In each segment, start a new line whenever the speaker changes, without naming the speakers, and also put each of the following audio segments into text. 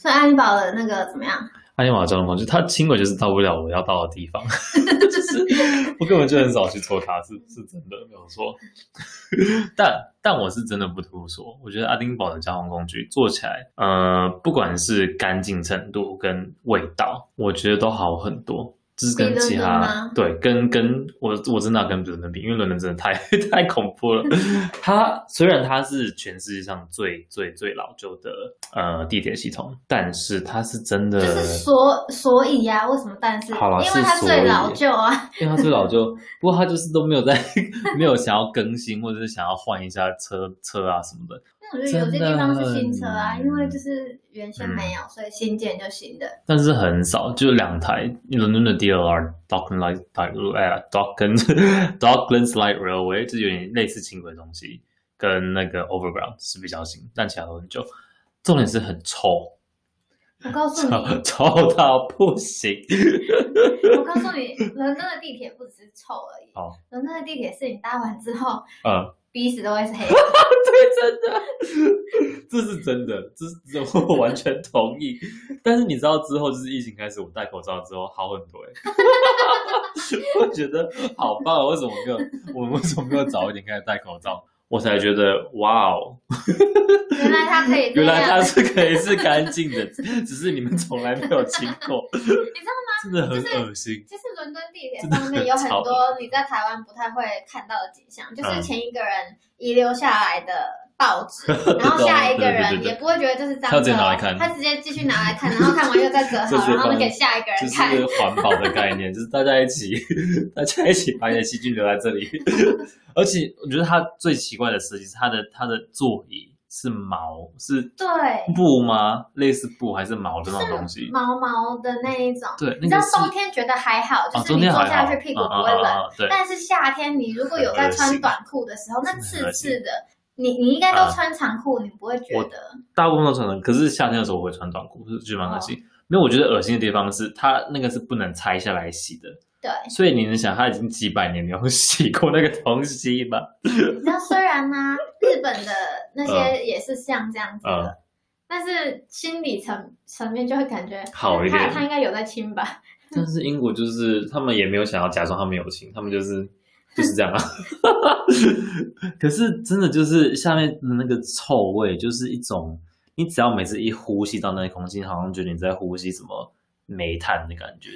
所以爱丁堡的那个怎么样？
爱丁堡的交通工具，它轻轨就是到不了我要到的地 方，就是我根本就很少去坐它，是是真的没有错。 但但我是真的不图说，我觉得爱丁堡的交通工具坐起来，呃，不管是干净程度跟味道，我觉得都好很多。就是跟其
比伦敦
他
吗
对跟跟我我真的要跟伦敦比，因为伦敦真的太 太恐怖了。它虽然它是全世界上最最最老旧的呃地铁系统，但是它是真的
就是所所以呀、为什么？但是
好啦
因为它
是所以
最老旧啊，
因为他最老就，不过他就是都没有在 没有想要更新，或者是想要换一下车车啊什么的。
那我觉得有些地方是新车啊，
真的嗯
因为就是原先没有，所以新建就新的。
但是很少，就两台伦敦的 DLR Dockland Light Rail- 哎 Dockland Docklands Light Railway，就是有点类似轻轨的东西，跟那个 Overground 是比较新，但其他都很旧。重点是很臭，
我告诉你，
臭臭到不行。
我告诉你，伦敦的地铁不只是臭而已
哦，
伦敦的地铁是你搭完之后
嗯，
鼻子都会是黑的。
这是真的， 这是这我完全同意。但是你知道之后就是疫情开始，我戴口罩之后好很多哎、欸， 我觉得好棒，啊为什么没有我们为什么没有早一点开始戴口罩？我才觉得哇哦，
原来它可以这
原来它
样，
是可以是干净的，只是你们从来没有亲过，
你知道吗？
真的很恶心。
其实伦敦地铁
真的
上面有很
很吵
多你在台湾不太会看到的景象，就是
嗯
前一个人遗留下来的报 纸，然后下一个
对对
人
对对
也不会觉得这是脏
他直接
的
拿来看
哦，他直接继续拿来看，然后看完又再折
这
好，
是
然后
帮
给下一个
就
人看。
是环保的 概念，就是大家一起， 大家一起把你的细菌留在这里。 而且我觉得它最奇怪的事情是它的它的座椅是毛，是
对，
布吗？类似布还是毛的那种东西？
毛毛的那一种。
对，
你知道
那个是
冬天觉得还好，就
哦，
是
冬
你
天
坐
还
下
好，
去屁股
嗯
不会。
嗯
冷。
嗯嗯对，
但是夏天你如果有在穿短裤的时候，那
恶心啊
刺刺的，你你应该都穿长裤，你不会觉
我
得。
大部分都穿短，可是夏天的时候我会穿短裤，是觉得蛮恶
哦
心。没有，我觉得恶心的地方是它那个是不能拆下来洗的，
对，
所以你能想它已经几百年没有洗过那个东西吗？
你 知道，虽然呢、日本的那些也是像这样子的，
嗯
但是心理层层面就会感觉
好一点
他他应该有在亲吧？
但是英国就是他们也没有想要假装他们有情，他们就是就是这样啊。 可是真的就是下面的那个臭味，就是一种你只要每次一呼吸到那个空气，好像觉得你在呼吸什么煤炭的感觉。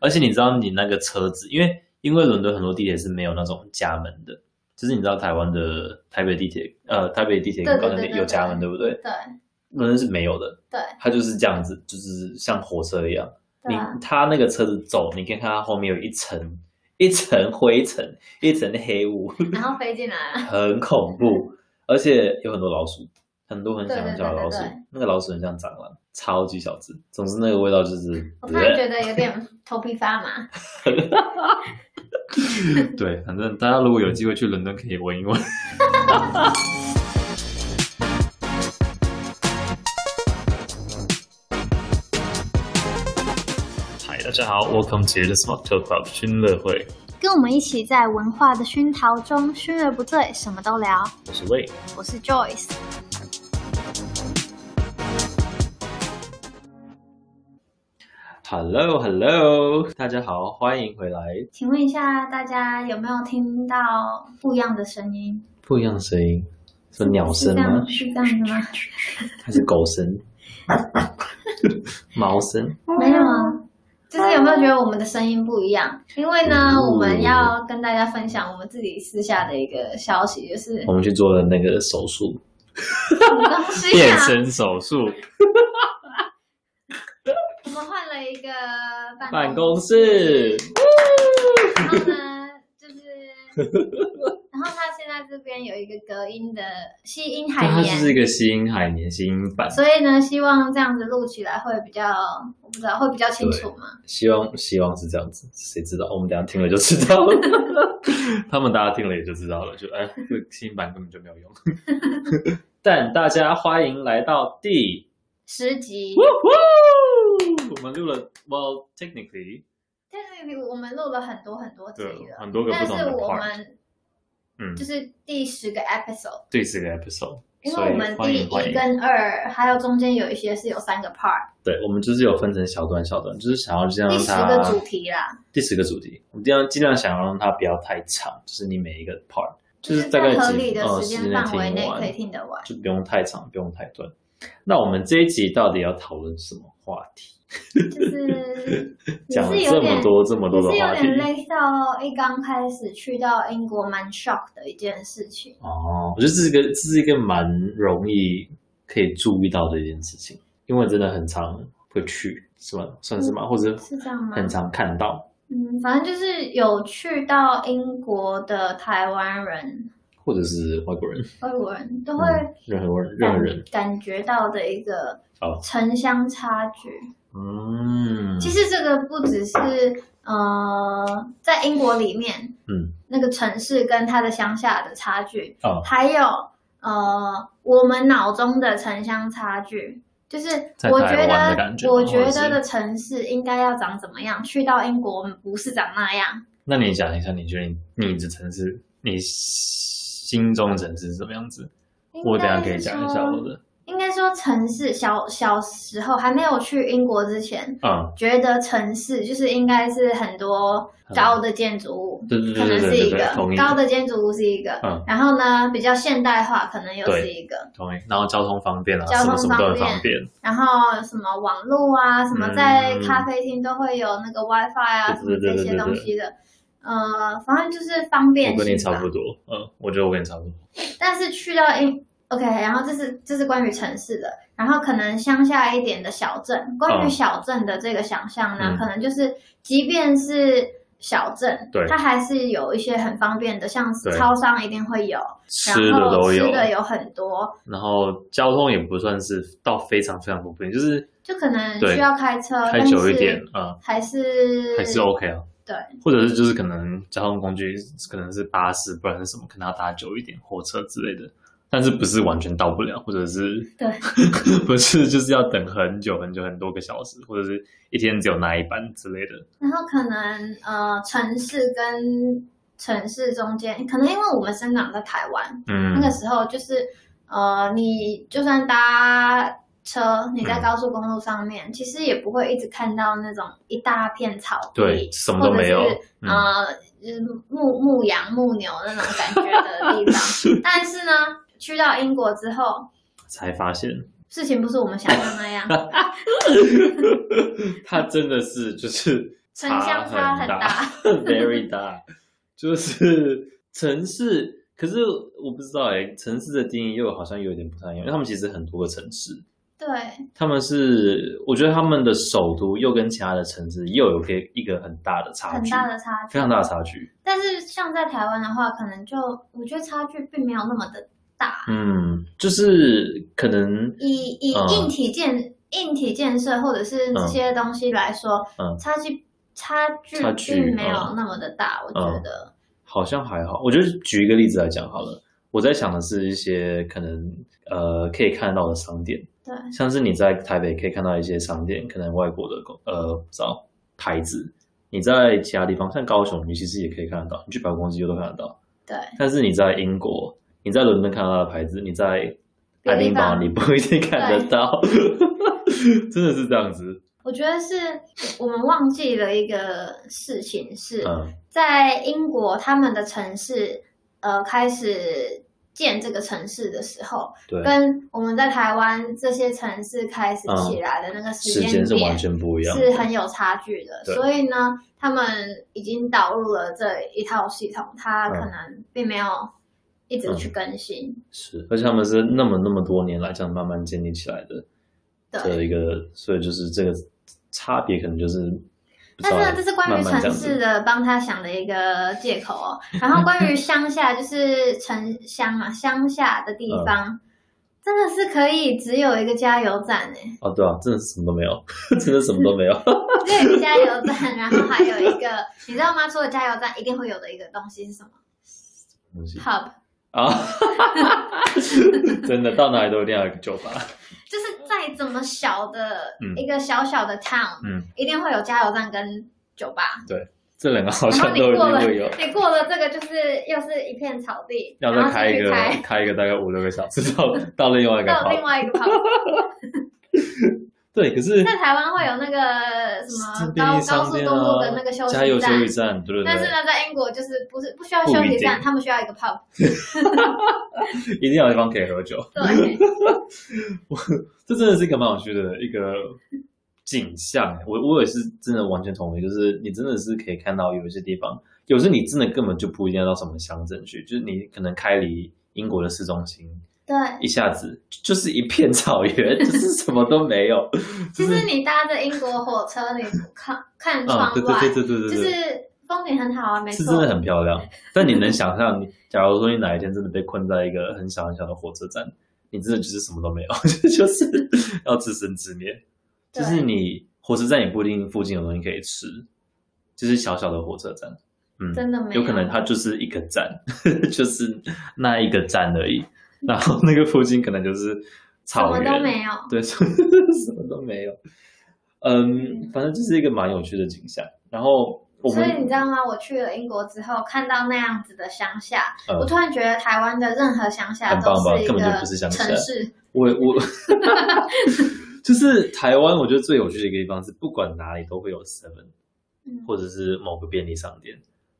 而且你知道你那个车子，因为因为伦敦很多地铁是没有那种夹门的，就是你知道台湾的台北地铁，呃，台北地铁
对
跟
对
高雄地
对
铁
对
有夹门，对不对？
对
伦敦是没有的，
对
它就是这样子，就是像火车一样。
对
你
啊，
他那个车子走，你可以看它后面有一层 一层灰尘，一层黑雾，
然后飞进来了，
很恐怖，而且有很多老鼠，很多很小
对对
很小的
对对
老鼠
对，
那个老鼠很像蟑螂，超级小只。总之那个味道就是，
我突然觉得有点头皮发麻。
对，反正大家如果有机会去伦敦，可以闻一闻。嗨，大家好，Welcome to the Smart Talk Club 新乐会，
跟我们一起在文化的熏陶中，熏而不醉，什么都聊。
我是魏。
我是 Joyce。
Hello，Hello，大家好，欢迎回来。
请问一下，大家有没有听到不一样的声音？
不一样的声音，是鸟
是
声
这
吗
样？是这样的吗？
还是狗 声？猫声？
没有啊，就是有没有觉得我们的声音不一样？因为呢，
嗯
我们要跟大家分享我们自己私下的一个消息，就是
我们去做了那个手术，
什么东西
变
啊？
身手术，
我们换了一个
办
办公
公室。
然后呢，就是，然后它现在这边有一个隔音的吸音海
它就是
绵。
一个新海绵新版，
所以呢，希望这样子录起来会比较，我不知道会比较清楚嘛。
希望希望是这样子，谁知道？我们等一下听了就知道了。 他们大家听了也就知道了，就哎，这个新版根本就没有用。 但大家欢迎来到第
十集，
呜呼！我们录了，Well technically，
但是我们录了很多很多集
对
了，
很多个不
但
同的
是我
part，
们
嗯
就，是第十个 episode。
对这个 episode，
因
所
为
以
我们
欢
第
迎欢
一
迎
跟二，还有中间有一些是有三个 part，
对，我们就是有分成小段小段，就是想要这样
第
让
十
它
个主题啦，
第十个主题，我们尽量尽量想要让它不要太长，就是你每一个 part 就
就是
大概
在合
几
理的
呃
时间
内
范围
听
内
完
可以听得 完。
就不用太长，不用太短。那我们这一集到底要讨论什么话题？
就是也
讲了
是有
这么
点，
多这么
也
多的
是有
话题
点累到一刚开始去到英国蛮 shock 的一件事情。
哦，我觉得这是一个这是一个蛮容易可以注意到的一件事情，因为真的很常会去，是吧？算是吗？
嗯
或者
是这样吗
很常看到，
嗯，反正就是有去到英国的台湾人、
或者是外国人，
外国人都会
嗯，任何人任何
感
人，
感觉到的一个
哦
城乡差距。
嗯，
其实这个不只是呃，在英国里面，
嗯，
那个城市跟它的乡下的差距，
哦
还有呃，我们脑中的城乡差距。就是
在
我觉
台湾的
得
感，觉
我
或
觉
者
得
是
的城市应该要长怎么样？去到英国，我们不是长那样。
那你讲一下，你觉得你的城市，你心中的城市是什么样子？我等一下可以讲一下我的，
应该说城市小小时候还没有去英国之前，
嗯，
觉得城市就是应该是很多高的建筑物，
对对
可能
对对
是
对
一
对
个
对，同意
高的建筑物是一个，
嗯
然后呢比较现代化可能又是一个，
同意。然后交通方便啊，
交
什
通
么什么都很
方
方便，
然后什么网络啊，什么在
嗯
咖啡厅都会有那个 WiFi 啊，什么
对对
这
对
些
对对
东
对
西的。呃，反正就是方便
我跟你
性
差
吧
不多，嗯，我觉得我跟你差不多，
但是去到英 OK，然后这是这是关于城市的，然后可能乡下一点的小镇，关于
嗯
小镇的这个想象呢，
嗯
可能就是即便是小镇，
对
它还是有一些很方便的，像
对
超商一定会有，
吃
然
的
后
都有
吃，的有很多，
然后交通也不算是到非常非常不便，就是
就可能
对
需要开车，呃
开
但
久一
是
点啊，
还是
还是 OK 啊。
对，
或者是就是可能交通工具可能是巴士，不然是什么，可能要搭久一点，火车之类的。但是不是完全到不了，或者是
对，
不是就是要等很久很久很多个小时，或者是一天只有那一班之类的。
然后可能呃城市跟城市中间，可能因为我们生长在台湾，
嗯，
那个时候就是呃，你就算搭车，你在
嗯
高速公路上面，其实也不会一直看到那种一大片草地，
对，什么都没有
或者是，
嗯
呃，就是牧牧羊、牧牛那种感觉的地 方。但是呢，去到英国之后，
才发现
事情不是我们想象 那样，
他真的是就是
城乡差
差
很
很
大
，very 大，就是城市。可是我不知道哎、城市的定义又好像有点不太一样，因为他们其实很多个城市，
对，
他们是，我觉得他们的首都又跟其他的城市又有个一个很大的差
很
距，
大的差距。
非常大的差距。
但是像在台湾的话，可能就我觉得差距并没有那么的大。
嗯，就是可能
以以
嗯
硬体建、硬体建设或者是这些东西来说，
嗯
差距差距
差距嗯
并没有那么的大，我觉得。
好像还好。我觉得举一个例子来讲好了，我在想的是一些可能呃可以看得到的商店，
对，
像是你在台北可以看到一些商店，可能外国的公呃不知道牌子，你在其他地方像高雄，你其实也可以看得到，你去百货公司就都看得到。
对，
但是你在英国，你在伦敦看到它的牌子，你在爱丁堡 你不一定看得到，真的是这样子。
我觉得是我们忘记了一个事情是，
嗯
在英国他们的城市呃开始建这个城市的时候，
对
跟我们在台湾这些城市开始起来的那个时
时
间
间是
点
完。全不一样的，
是很有差距的，
对
所以呢，他们已经导入了这一套系统，它
嗯
可能并没有一直去更新。
是，而且他们是那么那么多年来这样慢慢建立起来的
对，
这一个，所以就是这个差别可能就是不知道，
但是呢，这是关于
慢慢这
城
样子
市的帮他想的一个借口哦。然后关于乡下，就是城乡嘛，乡下的地方、
嗯
真的是可以只有一个加油站欸诶，
哦，对啊，真的是什么都没有，真的什么都没有，
只有一个加油站，然后还有一个，你知道吗？除了加油站，一定会有的一个东西是什么
东西
？pub。
啊，真的到哪里都一定要有一个酒吧，
就是再怎么小的
嗯
一个小小的 town，、
嗯
一定会有加油站跟酒吧。
对，这两个好
然后
像
你
都一
过
定
了
会有。
你过了这个就是又是一片草地，
要
然
再
后
开
继
一
续
个
开，
开一个大概五六个小时到到另外一个
到
跑
另。外一个跑。
对，可是
在台湾会有那个什么
便
高
利
高
商
速
店
公路的
啊
那个休，
加油
息
休
站
息，站，对不
但是
对？
呢，在英国就是不是不需要
不
休
一
息
定
站，他们需要一个 pub。
一定要有地方可以喝酒，
对，
这真的是一个蛮有趣的一个景象。我我也是真的完全同意，就是你真的是可以看到有一些地方，有时你真的根本就不一定要到什么乡镇去，就是你可能开离英国的市中心
对，
一下子就是一片草原，就是什么都没有。
其
就是
实你搭着英国火车，你看看
啊，
窗
对
外
对，对对对对
就
对，
是风景很好啊，没
是
错，
真的很漂亮。但你能想象，你假如说你哪一天真的被困在一个很小很小的火车站，你真的就是什么都没有， 就是要自生自灭。
对
就是你火车站也不一定附近有东西可以吃，就是小小的火车站，嗯，
真的没
有可能它就是一个站， 就是那一个站而已。然后那个附近可能就是
什
草
么
原，
都没有。
对， 什么什么都没有。嗯
嗯，
反正就是一个蛮有趣的景象。然后我
所
们
以你知道吗？我去了英国之后，看到那样子的乡下，
嗯
我突然觉得台湾的任何乡下
很棒
都
吧
一
根本就
个
不是乡下
城市。
我我就是台湾，我觉得最有趣的一个地方是，不管哪里都会有 Seven
嗯
或者是某个便利商店，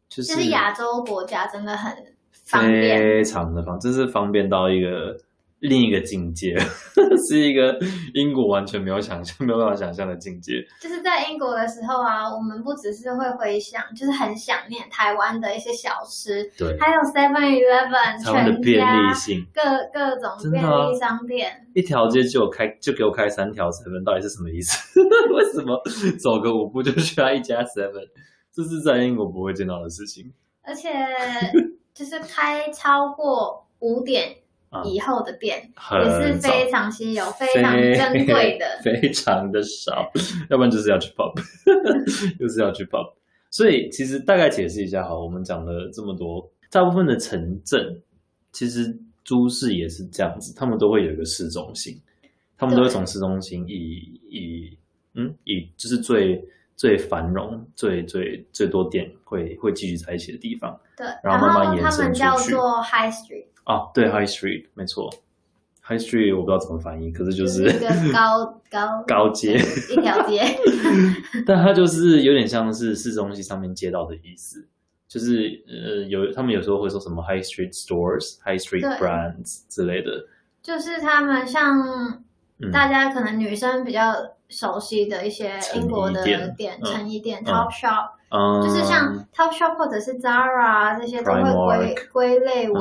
就
就是是亚洲国家真的很方便，
非常的方，真是方便到一个另一个境界， 是一个英国完全没有想象、没有办法想象的境界。
就是在英国的时候啊，我们不只是会回想，就是很想念台湾的一些小吃，
对，
还有 Seven Eleven、
台湾的
全
便利
家、
性，
各各种
真的
便
啊
利商店。
一条街就有开就给我开三条 Seven，到底是什么意思？ 为什么走个五步就需要一家 Seven？这是在英国不会见到的事情
而且就是开超过五点
啊，
以后的店、
很
也是
少
非常稀有、非常珍贵的。
非常的少，要不然就是要去 pub，就是要去 pub。所以其实大概解释一下哈，我们讲了这么多，大部分的城镇其实都市也是这样子，他们都会有一个市中心，他们都会
对
从市中心以以嗯以就是最最繁荣、最最最多店会会聚集在一起的地方
对，
然后慢慢延
他
伸
们
出
叫
去
做 High Street，
啊，对 High Street 没错，High Street 我不知道怎么翻译，可是就
就是
是
一个 高高
高 街。
一条街。
但它就是有点像是市中心上面街道的意思，就是呃，有他们有时候会说什么 high street stores、high street
对
brands 之类的。
就是他们像
嗯，
大家可能女生比较熟悉的一些
成衣
英国的
店
店
嗯，
成衣店
嗯
Top Shop，
嗯
就是像 Top Shop 或者是 Zara 啊这些都会
Primark 嗯
归归类为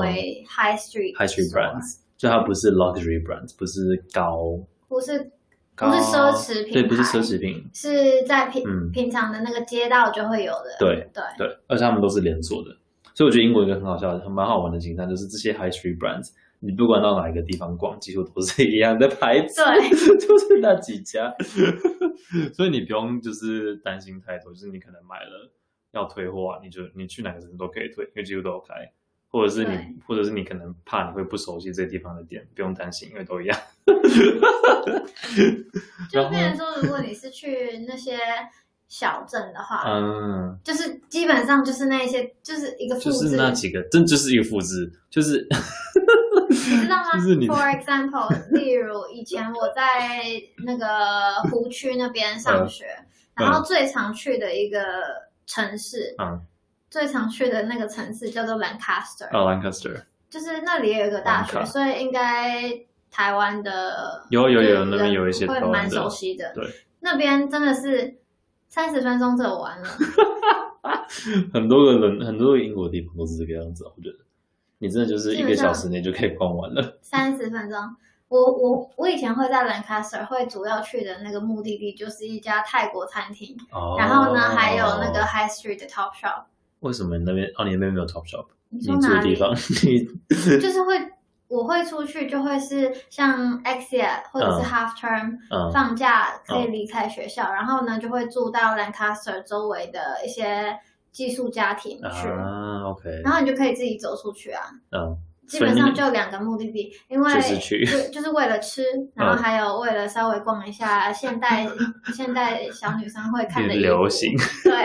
High Street
high street
store
brands，就它不是 luxury brands，不是高
不是
高
不是奢侈品牌
对，不是奢侈品，
是在平
嗯
平常的那个街道就会有的。
对
对，
对，而且他们都是连锁的，所以我觉得英国有一个很好笑的、很蛮好玩的景象，就是这些 high street brands，你不管到哪一个地方逛，几乎都是一样的牌子， 就是那几家， 所以你不用就是担心太多，就是你可能买了要退货啊，你就你去哪个城市都可以退，因为几乎都有开。或者是你
对，
或者是你可能怕你会不熟悉这地方的店，不用担心，因为都一样。
就
然后
变成说，如果你是去那些小镇的话，
嗯，
就是基本上就是那一些就是一个复
就
制
是，那几个，真就是一个复制，就是
你知道吗
就是你
？For example，例如以前我在那个湖区那边上学，
嗯
然后最常去的一个城市，
嗯
最常去的那个城市叫做 Lancaster，、
啊，Lancaster
就是那里也有一个大学，
兰卡
所以应该台湾的
有有有，
人
那边有一些
会
台湾
蛮
的
熟，悉的，
对，
那边真的是三十分钟就完了。
很多个人，很多个英国地方都是这个样子啊，我觉得。你真的就是一个小时内就可以逛完了。
三十分钟。我我我以前会在兰卡 n 会主要去的那个目的地就是一家泰国餐厅，
哦
然后呢还有那个 High Street 的 Top Shop。
为什么你那边哦，你那边没有 Top Shop？
你
你
说
住
哪
的地
里？
方， 你
就是会我会出去就会是像 Exia 或者是
嗯
Half Term、
嗯
放假可以离开学校，然后呢就会住到兰卡 n 周围的一些寄宿家庭去，
啊，OK，
然后你就可以自己走出去啊。
嗯，
基本上就两个目的地，因为
就是去嗯
就就是为了吃，然后还有为了稍微逛一下现 代现代小女生会看的衣服
流行，
对，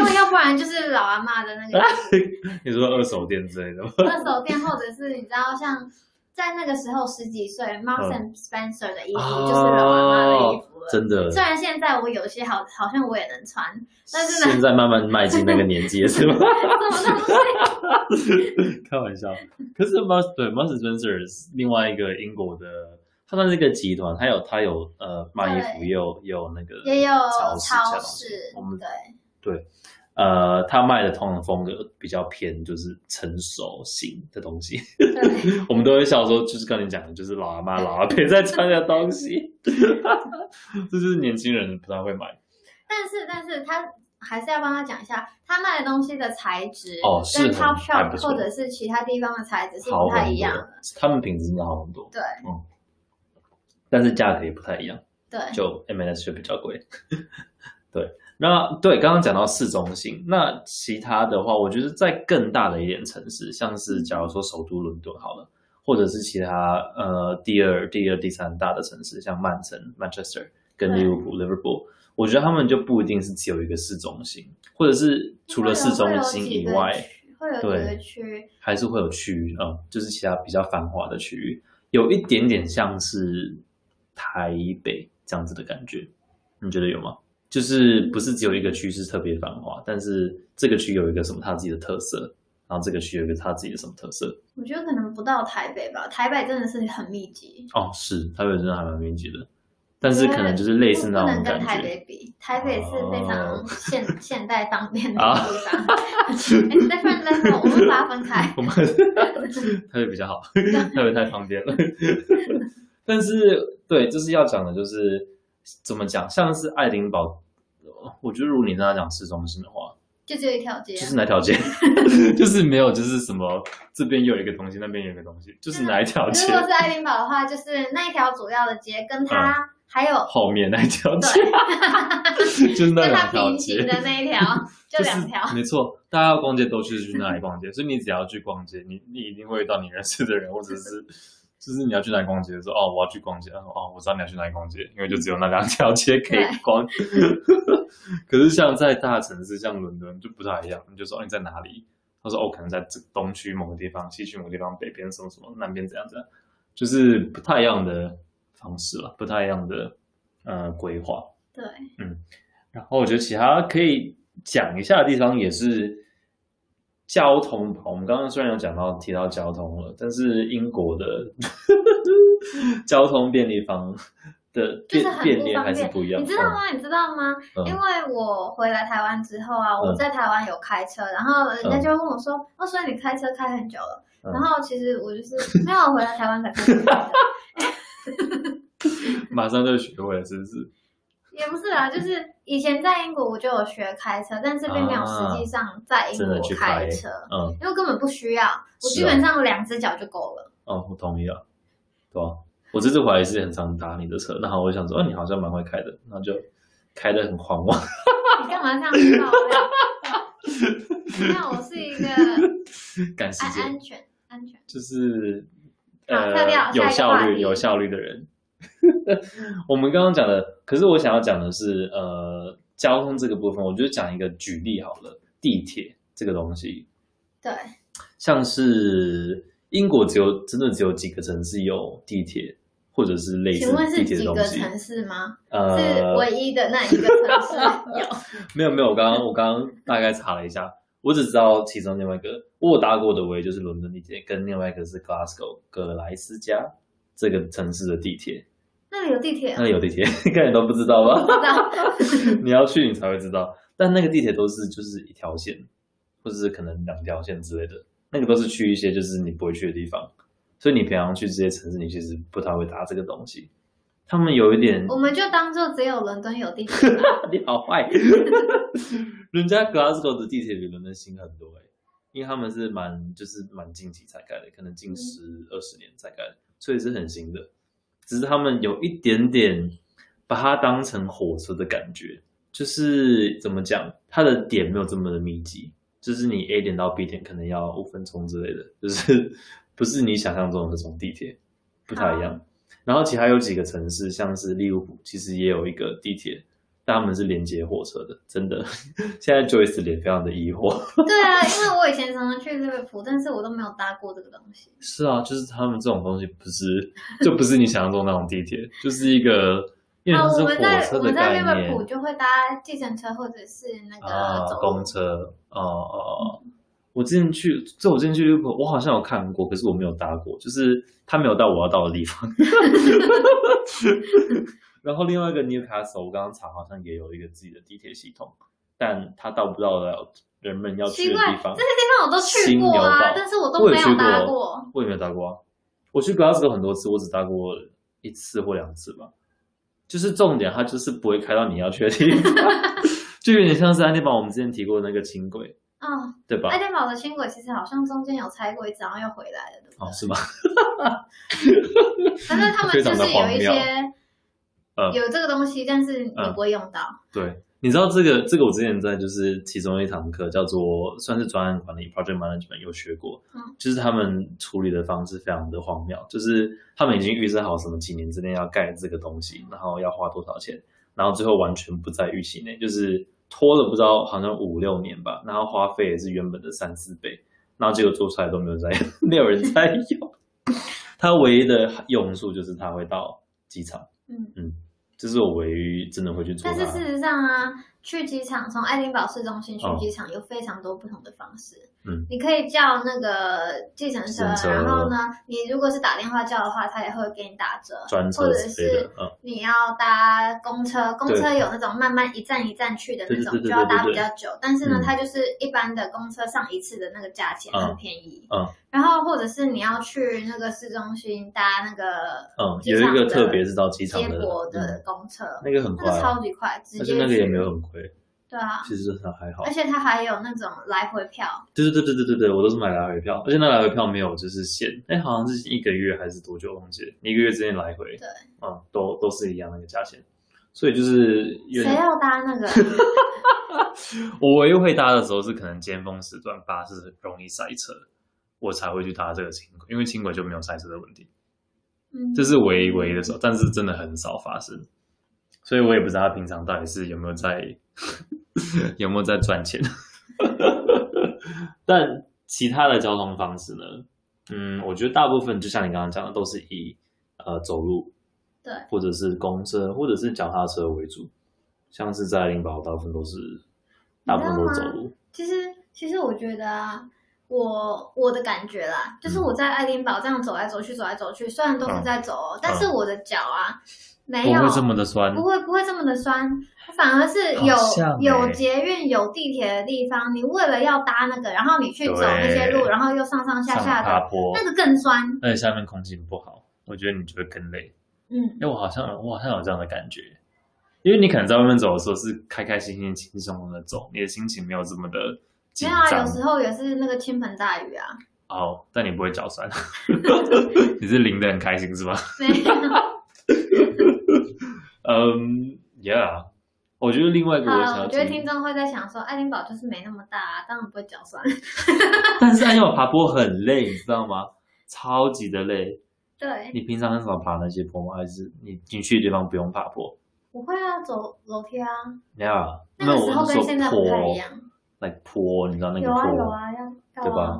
因为要不然就是老阿妈的那个
你说二手店之 类的吗？
二手店，或者是你知道像在那个时候十几岁，Marks and Spencer 的衣服就是老阿妈的衣服了。
真的，
虽然现在我有些好好像我也能 穿，但是呢
现在慢慢迈进那个年纪了，是吗？
怎么那么贵
开玩笑。可是 m a r s 对 m a r s Spencer 是另外一个英国的，它算是一个集团，它有它有呃卖衣服，
对
也有也有那个
也有
超市这
超
样
市
我们，
对，
呃，它卖的通常风格比较偏就是成熟型的东西。
对，
我们都会笑说，就是刚你讲的，就是老阿妈、老阿伯在穿的东西， 这就是年轻人不太会买
但是但是他还是要帮他讲一下，他卖的东西的材质
哦是
跟
很
Top
还
Shop
不错
或者是其他地方的材质是
好
不
很
太
多
一样的，，
他们品质真的好很多，嗯
对
但是价格也不太一样，
对，
就 M&S 就比较贵。对，那对刚刚讲到市中心，那其他的话，我觉得在更大的一点城市，像是假如说首都伦敦好了，或者是其他呃第二、第二、第三大的城市，像曼城 （Manchester） 跟
对
利物浦 （Liverpool），我觉得他们就不一定是只有一个市中心，或者是除了市中心以外，
啊会有几
对
个区，
还是会有区域，嗯，就是其他比较繁华的区域，有一点点像是台北这样子的感觉，你觉得有吗？就是不是只有一个区是特别繁华，但是这个区有一个什么它自己的特色，然后这个区有一个它自己的什么特色？
我觉得可能不到台北吧，台北真的是很密集，
哦，是台北真的还蛮密集的，但是可能就是类似那
不
种
能跟
感
台
觉。
北比，台北是非
哦
常现、现代方便的
啊
地方。It's different level，我们把它分开。
我们台北比较好，台北太方便了。 但是对，就是要讲的就是怎么讲，像是爱丁堡，我觉得如果你跟他讲市中心的话，
就只有一条街，
就是哪条街， 就是没有就是什么这边有一个东西，那边有一个东西，就是哪一条街
如果是爱丁堡的话，就是那一条主要的街，跟
啊
它还有、
后面那一条街，
对，
就是那
跟它
两条
平
街
行。的那一 条，就两条。
是、没错，大家要逛街都去去那里逛街，所以你只要去逛街，你你一定会遇到你认识的人，或者是就是你要去哪里逛街，说哦我要去逛街，他说哦我知道你要去哪里逛街，因为就只有那两条街可以
对
逛。 可是像在大城市，像伦敦就不太一样，你就说、哦、你在哪里，他说哦可能在这东区某个地方，西区某个地方，北边什么什么，南边怎样怎样，就是不太一样的方式了，不太一样的呃规划。
对，
然后我觉得其他可以讲一下的地方也是交通吧。我们刚刚虽然有讲到提到交通了，但是英 国的交通便利方的
就
便
是很
便利
不方
还是
便
不一样。
你知道吗？你知道吗？
嗯？
因
嗯，
为我回来台湾之后啊，我
嗯
在台湾有开车，然后人家
嗯
就会问我说：“哦，所以你开车开很久了？”
嗯
然后其实我就是没有我回来台湾才开 始开的，
马上就学会了，是不是？
也不是啊，就是以前在英国我就有学开车，但是并没有实际上在英
真的去
国
开
开车，
嗯，
因为根本不需要，我
是
基
哦
本上两只脚就够了。
哦，我同意啊，对吧、我这次回来是很常打你的车，然后我就想说，哦，你好像蛮会开的，然后就开得很狂妄。
你干嘛这样子爆料？没有，我是一个
赶时
安
间，
安全安全。
就是呃
好跳掉下一
有
个
效
话
率、
题
有效率的人。 我们刚刚讲的，可是我想要讲的是，呃，交通这个部分，我就讲一个举例好了，地铁这个东西，
对，
像是英国只有真的只有几个城市有地铁，或者是类似
请问
地
是
铁的
几
东
个
西。
城市吗？
呃，
是唯一的那一个城市有。
没有没有，我刚刚我刚刚大概查了一下，我只知道其中另外一个我有搭过的唯一就是伦敦地铁，跟另外一个是 Glasgow 格莱斯加这个城市的地铁。
那里有地铁啊，
那有地铁，看你都不知道吧？
不知道。
你要去你才会知道。但那个地铁都是就是一条线，或者是可能两条线之类的，那个都是去一些就是你不会去的地方，所以你平常去这些城市，你其实不太会搭这个东西。他们有一点
我们就当做只有伦敦有地铁吧。
你好坏。 人家 Glasgow 的地铁比伦敦新很多哎、因为他们是蛮就是蛮近期才盖的，可能近十二十年才盖的，所以是很新的。只是他们有一点点把它当成火车的感觉，就是怎么讲，它的点没有这么的密集，就是你 A 点到 B 点可能要五分钟之类的，就是不是你想象中的那种地铁，不太一样。然后其他有几个城市，像是利物浦，其实也有一个地铁，但他们是连接火车的，真的。 现在 Joyce 脸非常的疑惑。
对啊，因为我以前常常去利物浦，但是我都没有搭过这个东西。
是啊，就是他们这种东西不是，就不是你想象中那种地铁，就是一个，因为
啊，
它是
我
火
们在
车
我
的
们在
概
利物浦
念
就会搭计程车或者是那嗯
啊
个，走路。
公车，哦哦哦。我之前去，这我之前去利物浦，我好像有看过，可是我没有搭过，就是他没有到我要到的地方。 然后另外一个 Newcastle，我刚刚查好像也有一个自己的地铁系统，但它到不到了人们要去
奇
的
怪，这
地
些地
方。
方我都去过
犀牛
啊
堡，
但是我都
我也
没
去
有搭
过
过。
我也没有搭过啊，我去 Glasgow 很多次，我只搭过一次或两次吧。就是重点，它就是不会开到你要去的地方，就有点像是安迪堡我们之前提过的那个轻轨，
啊，
对吧
爱？丁堡的轻轨其实好像中间有拆过一次，然后又回来了，对不
哦，
对？
是吗？
反正他们
非
就
常地
是有一
荒
些
嗯
有这个东西，但是你
嗯
不会用到。
对，你知道这个这个我之前在就是其中一堂课叫做算是专案管理 （project management） 有学过，
嗯
就是他们处理的方式非常的荒谬，就是他们已经预设好什么几年之内要盖这个东西，然后要花多少钱，然后最后完全不在预期内，就是拖了不知道好像五六年吧，然后花费也是原本的三四倍，然后结果做出来都没有在 没有人在用，它唯一的用处就是它会到机场，
嗯，
这是我唯一真的会去做
但
它
是事
的。
实上啊，去机场从爱丁堡市中心去
哦
机场有非常多不同的方式。
嗯，
你可以叫那个计程车，
计程车
然后呢，你如果是打电话叫的话，他也会给你打折，
专车
或者
之类
是
的，嗯，
你要搭公车，公车有那种慢慢一站一站去的那
对
种，
对对对
就要搭
对
比
对
较久。但是呢
嗯，
它就是一般的公车上一次的那个价钱
嗯
很便宜。
嗯
然后或者是你要去那个市中心搭那个
嗯，
机
有一
场
个
的
特别是到机场
接
的，
驳的
嗯
公车，
那个很
那
快
个
啊，
超级快，直
但
接
是那个也
去
没有很亏，
对啊，
其实还还好
而。且它还有那种来回票，
对对对对对对对，我都是买来回票，而且那来回票没有就是限，哎，好像是一个月还是多久忘记了，一个月之内来回，
对，
嗯，都都是一样那个价钱，所以就是有
谁
点。
要搭 那个？
我唯一会搭的时候是可能尖峰时段巴士容易塞车，我才会去搭这个轻轨，因为轻轨就没有塞车的问题。
嗯
这是唯一唯一的时候，但是真的很少发生，所以我也不知道他平常到底是有没有在 有没有在赚钱。 但其他的交通方式呢？嗯，我觉得大部分就像你刚刚讲的，都是以呃走路，
对
或者是公车，或者是脚踏车为主。像是在灵宝，大部分都是大部分都是走路。
其实，其实我觉得啊，我我的感觉啦，就是
嗯
我在爱丁堡这样走来走去，走来走去，虽然都是
嗯
在走哦，但是我的脚啊，
不
没有
会这么的酸
不，会不会这么的酸，反而是
好
有、
像欸
有捷运有地铁的地方，你为了要搭那个，然后你去走那些路，
对
然后又上上下
上
下
爬
的，
坡，
那个更酸。
而且下面空气不好，我觉得你就会更累。
嗯，
因为我好像我好像有这样的感觉，因为你可能在外面走的时候是开开心心、轻轻松松的走，你的心情没有这么的
没
紧
有啊，
张
有。时候也是那个倾盆大雨 啊，
哦，但你不会脚酸， 你是淋得很开心是吧？
没有。
嗯、y e a h 我觉得另外一个
好
我想
了，
要
我觉得
建议
听众会在想说，爱丁堡就是没那么大、啊，当然不会脚酸。
但是按啊要爬坡很累，你知道吗？超级的累。
对，
你平常很少爬那些坡吗？还是你进去的地方不用爬坡
我会啊，走楼梯啊。
？Yeah，
那
没
个
有
时候
我是
跟
说
现在不太一
坡
样。
，like 坡，你知道那个
有
坡，
啊有啊，要
对
要
吧
啊。？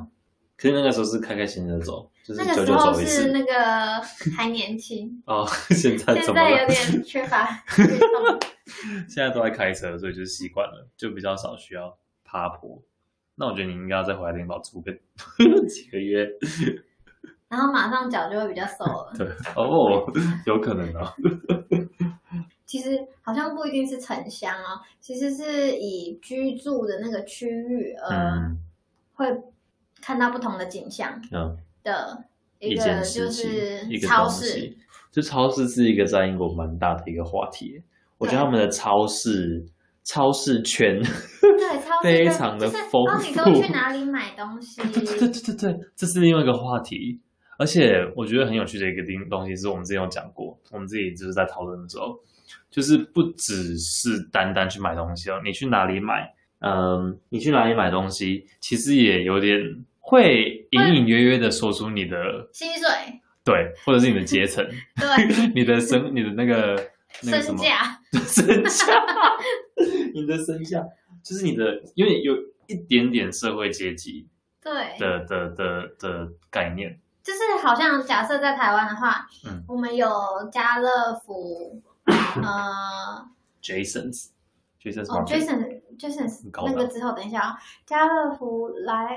可是那个时候是开开心心的走，就是
那个
久
时
久
候
走一
是
次。，
那个 还年轻
哦，现在怎
现
么
在有
了？
点缺乏运动。
现在都在开车，所以就习惯了，就比较少需要爬坡。那我觉得你应该要再回来灵宝住个 几个月，
然后马上脚就会比较瘦了。
对哦，有可能哦。
其实好像不一定是城乡哦，其实是以居住的那个区域，呃，
嗯
会看到不同的景象
嗯，
的一
一
个
件事
就
情，一
是
个
超
东
市，
西，就超市是一个在英国蛮大的一个话题。我觉得
对
他们的超市超市圈，
对，超市
非常地
就是
丰
哦你
富
都去哪里买东西？
对对对对对，对，这是另外一个话题。而且我觉得很有趣的一个东东西，是我们之前有讲过，我们自己就是在讨论的时候，就是不只是单单去买东西哦，你去哪里买，嗯，你去哪里买东西，其实也有点会隐隐约约的说出你的
薪水，
对，或者是你的阶层、
对，
你的身、你的那个那个什
身
么
价，
身价， 你的身价就是你的，因为有一点点社会阶级
对，
的的的的概念，
就是好像假设在台湾的话，
嗯
我们有家乐 福，呃，
Jasons。Jason
哦，Jason Jason
很高档
那个之后，等一下啊，家乐福莱，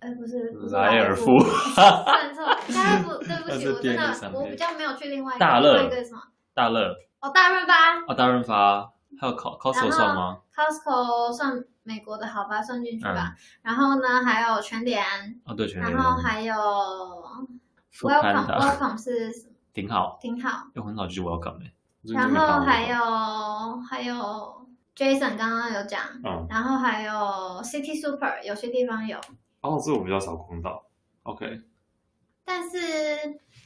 呃，不是不是
莱尔
夫
夫，
算错，了，家乐福，对不
那
起，
是
我真
便利商
的
店
我比较没有去另外一个
大乐
另外一个什么，
大乐
哦，大润发
啊，大润发还有 Co Costco
然后
算吗？
Costco 算美国的好吧，算进去吧。然后呢，还有全联，
啊，对，嗯全联
然后还有 Welcome 哦
f o o Panda
Welcome 是什么
挺好，
挺好，
又很好，就是 Welcome 哎。我最近
然
都没看
后
到
还
Welcome
有还有 Jason 刚刚有讲。
嗯，
然后还有 City Super，有些地方有，
哦，这我比较少碰到。OK，
但是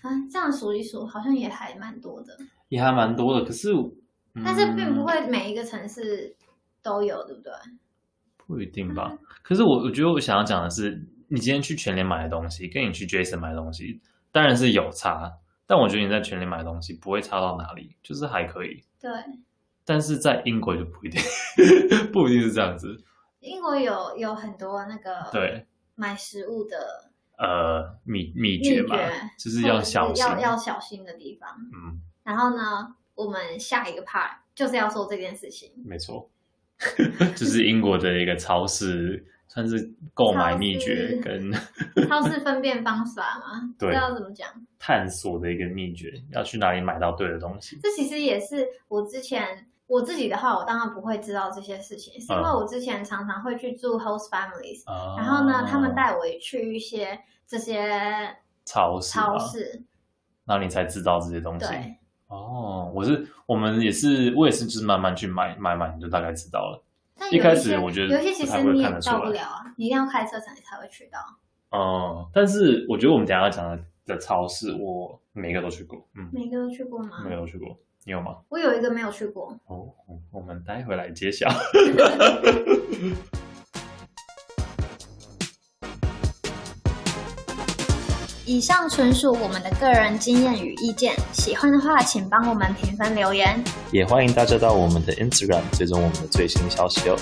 啊，这样数一数，好像也还蛮多的。
也还蛮多的，可是嗯
但是并不会每一个城市都有，对不嗯对？
不一定吧？可是我我觉得我想要讲的是，你今天去全联买的东西，跟你去 Jason 买的东西，当然是有差，但我觉得你在全联买的东西不会差到哪里，就是还可以。
对，
但是在英国就不一定， 不一定是这样子。
英国有有很多那个
对，
买食物的
呃，秘秘
秘诀，
诀嘛，就是
或
要
者是
小心。
要要小心的地方。
嗯，
然后呢，我们下一个 part 就是要说这件事情。
没错，就是英国的一个超市，算是购买秘诀
超市
跟
超市分辨方法嘛，不
对
知道怎么讲。
探索的一个秘诀，要去哪里买到对的东西。
这其实也是我之前我自己的话，我当然不会知道这些事情，是因为
嗯
我之前常常会去住 host families，、
啊
然后呢，他们带我去一些这些
超市、啊，
超市，
然后你才知道这些东西。
对
哦，我是我们也是，我也是，就是慢慢去买买买，你就大概知道了。
但
一
有
开
些
始我觉得
有一些其
不太
实
会
你也
看得出
到不
来
了啊，你一定要开车才才会去到。
哦、但是我觉得我们等一下要讲的的超市，我每个都去过，嗯，
每个都去过吗
每？个都去过。你有吗？
我有一个没有去过，
哦，我们待会来揭晓。
以上纯属我们的个人经验与意见，喜欢的话请帮我们评分留言。
也欢迎大家到我们的 Instagram 追踪我们的最新消息哦。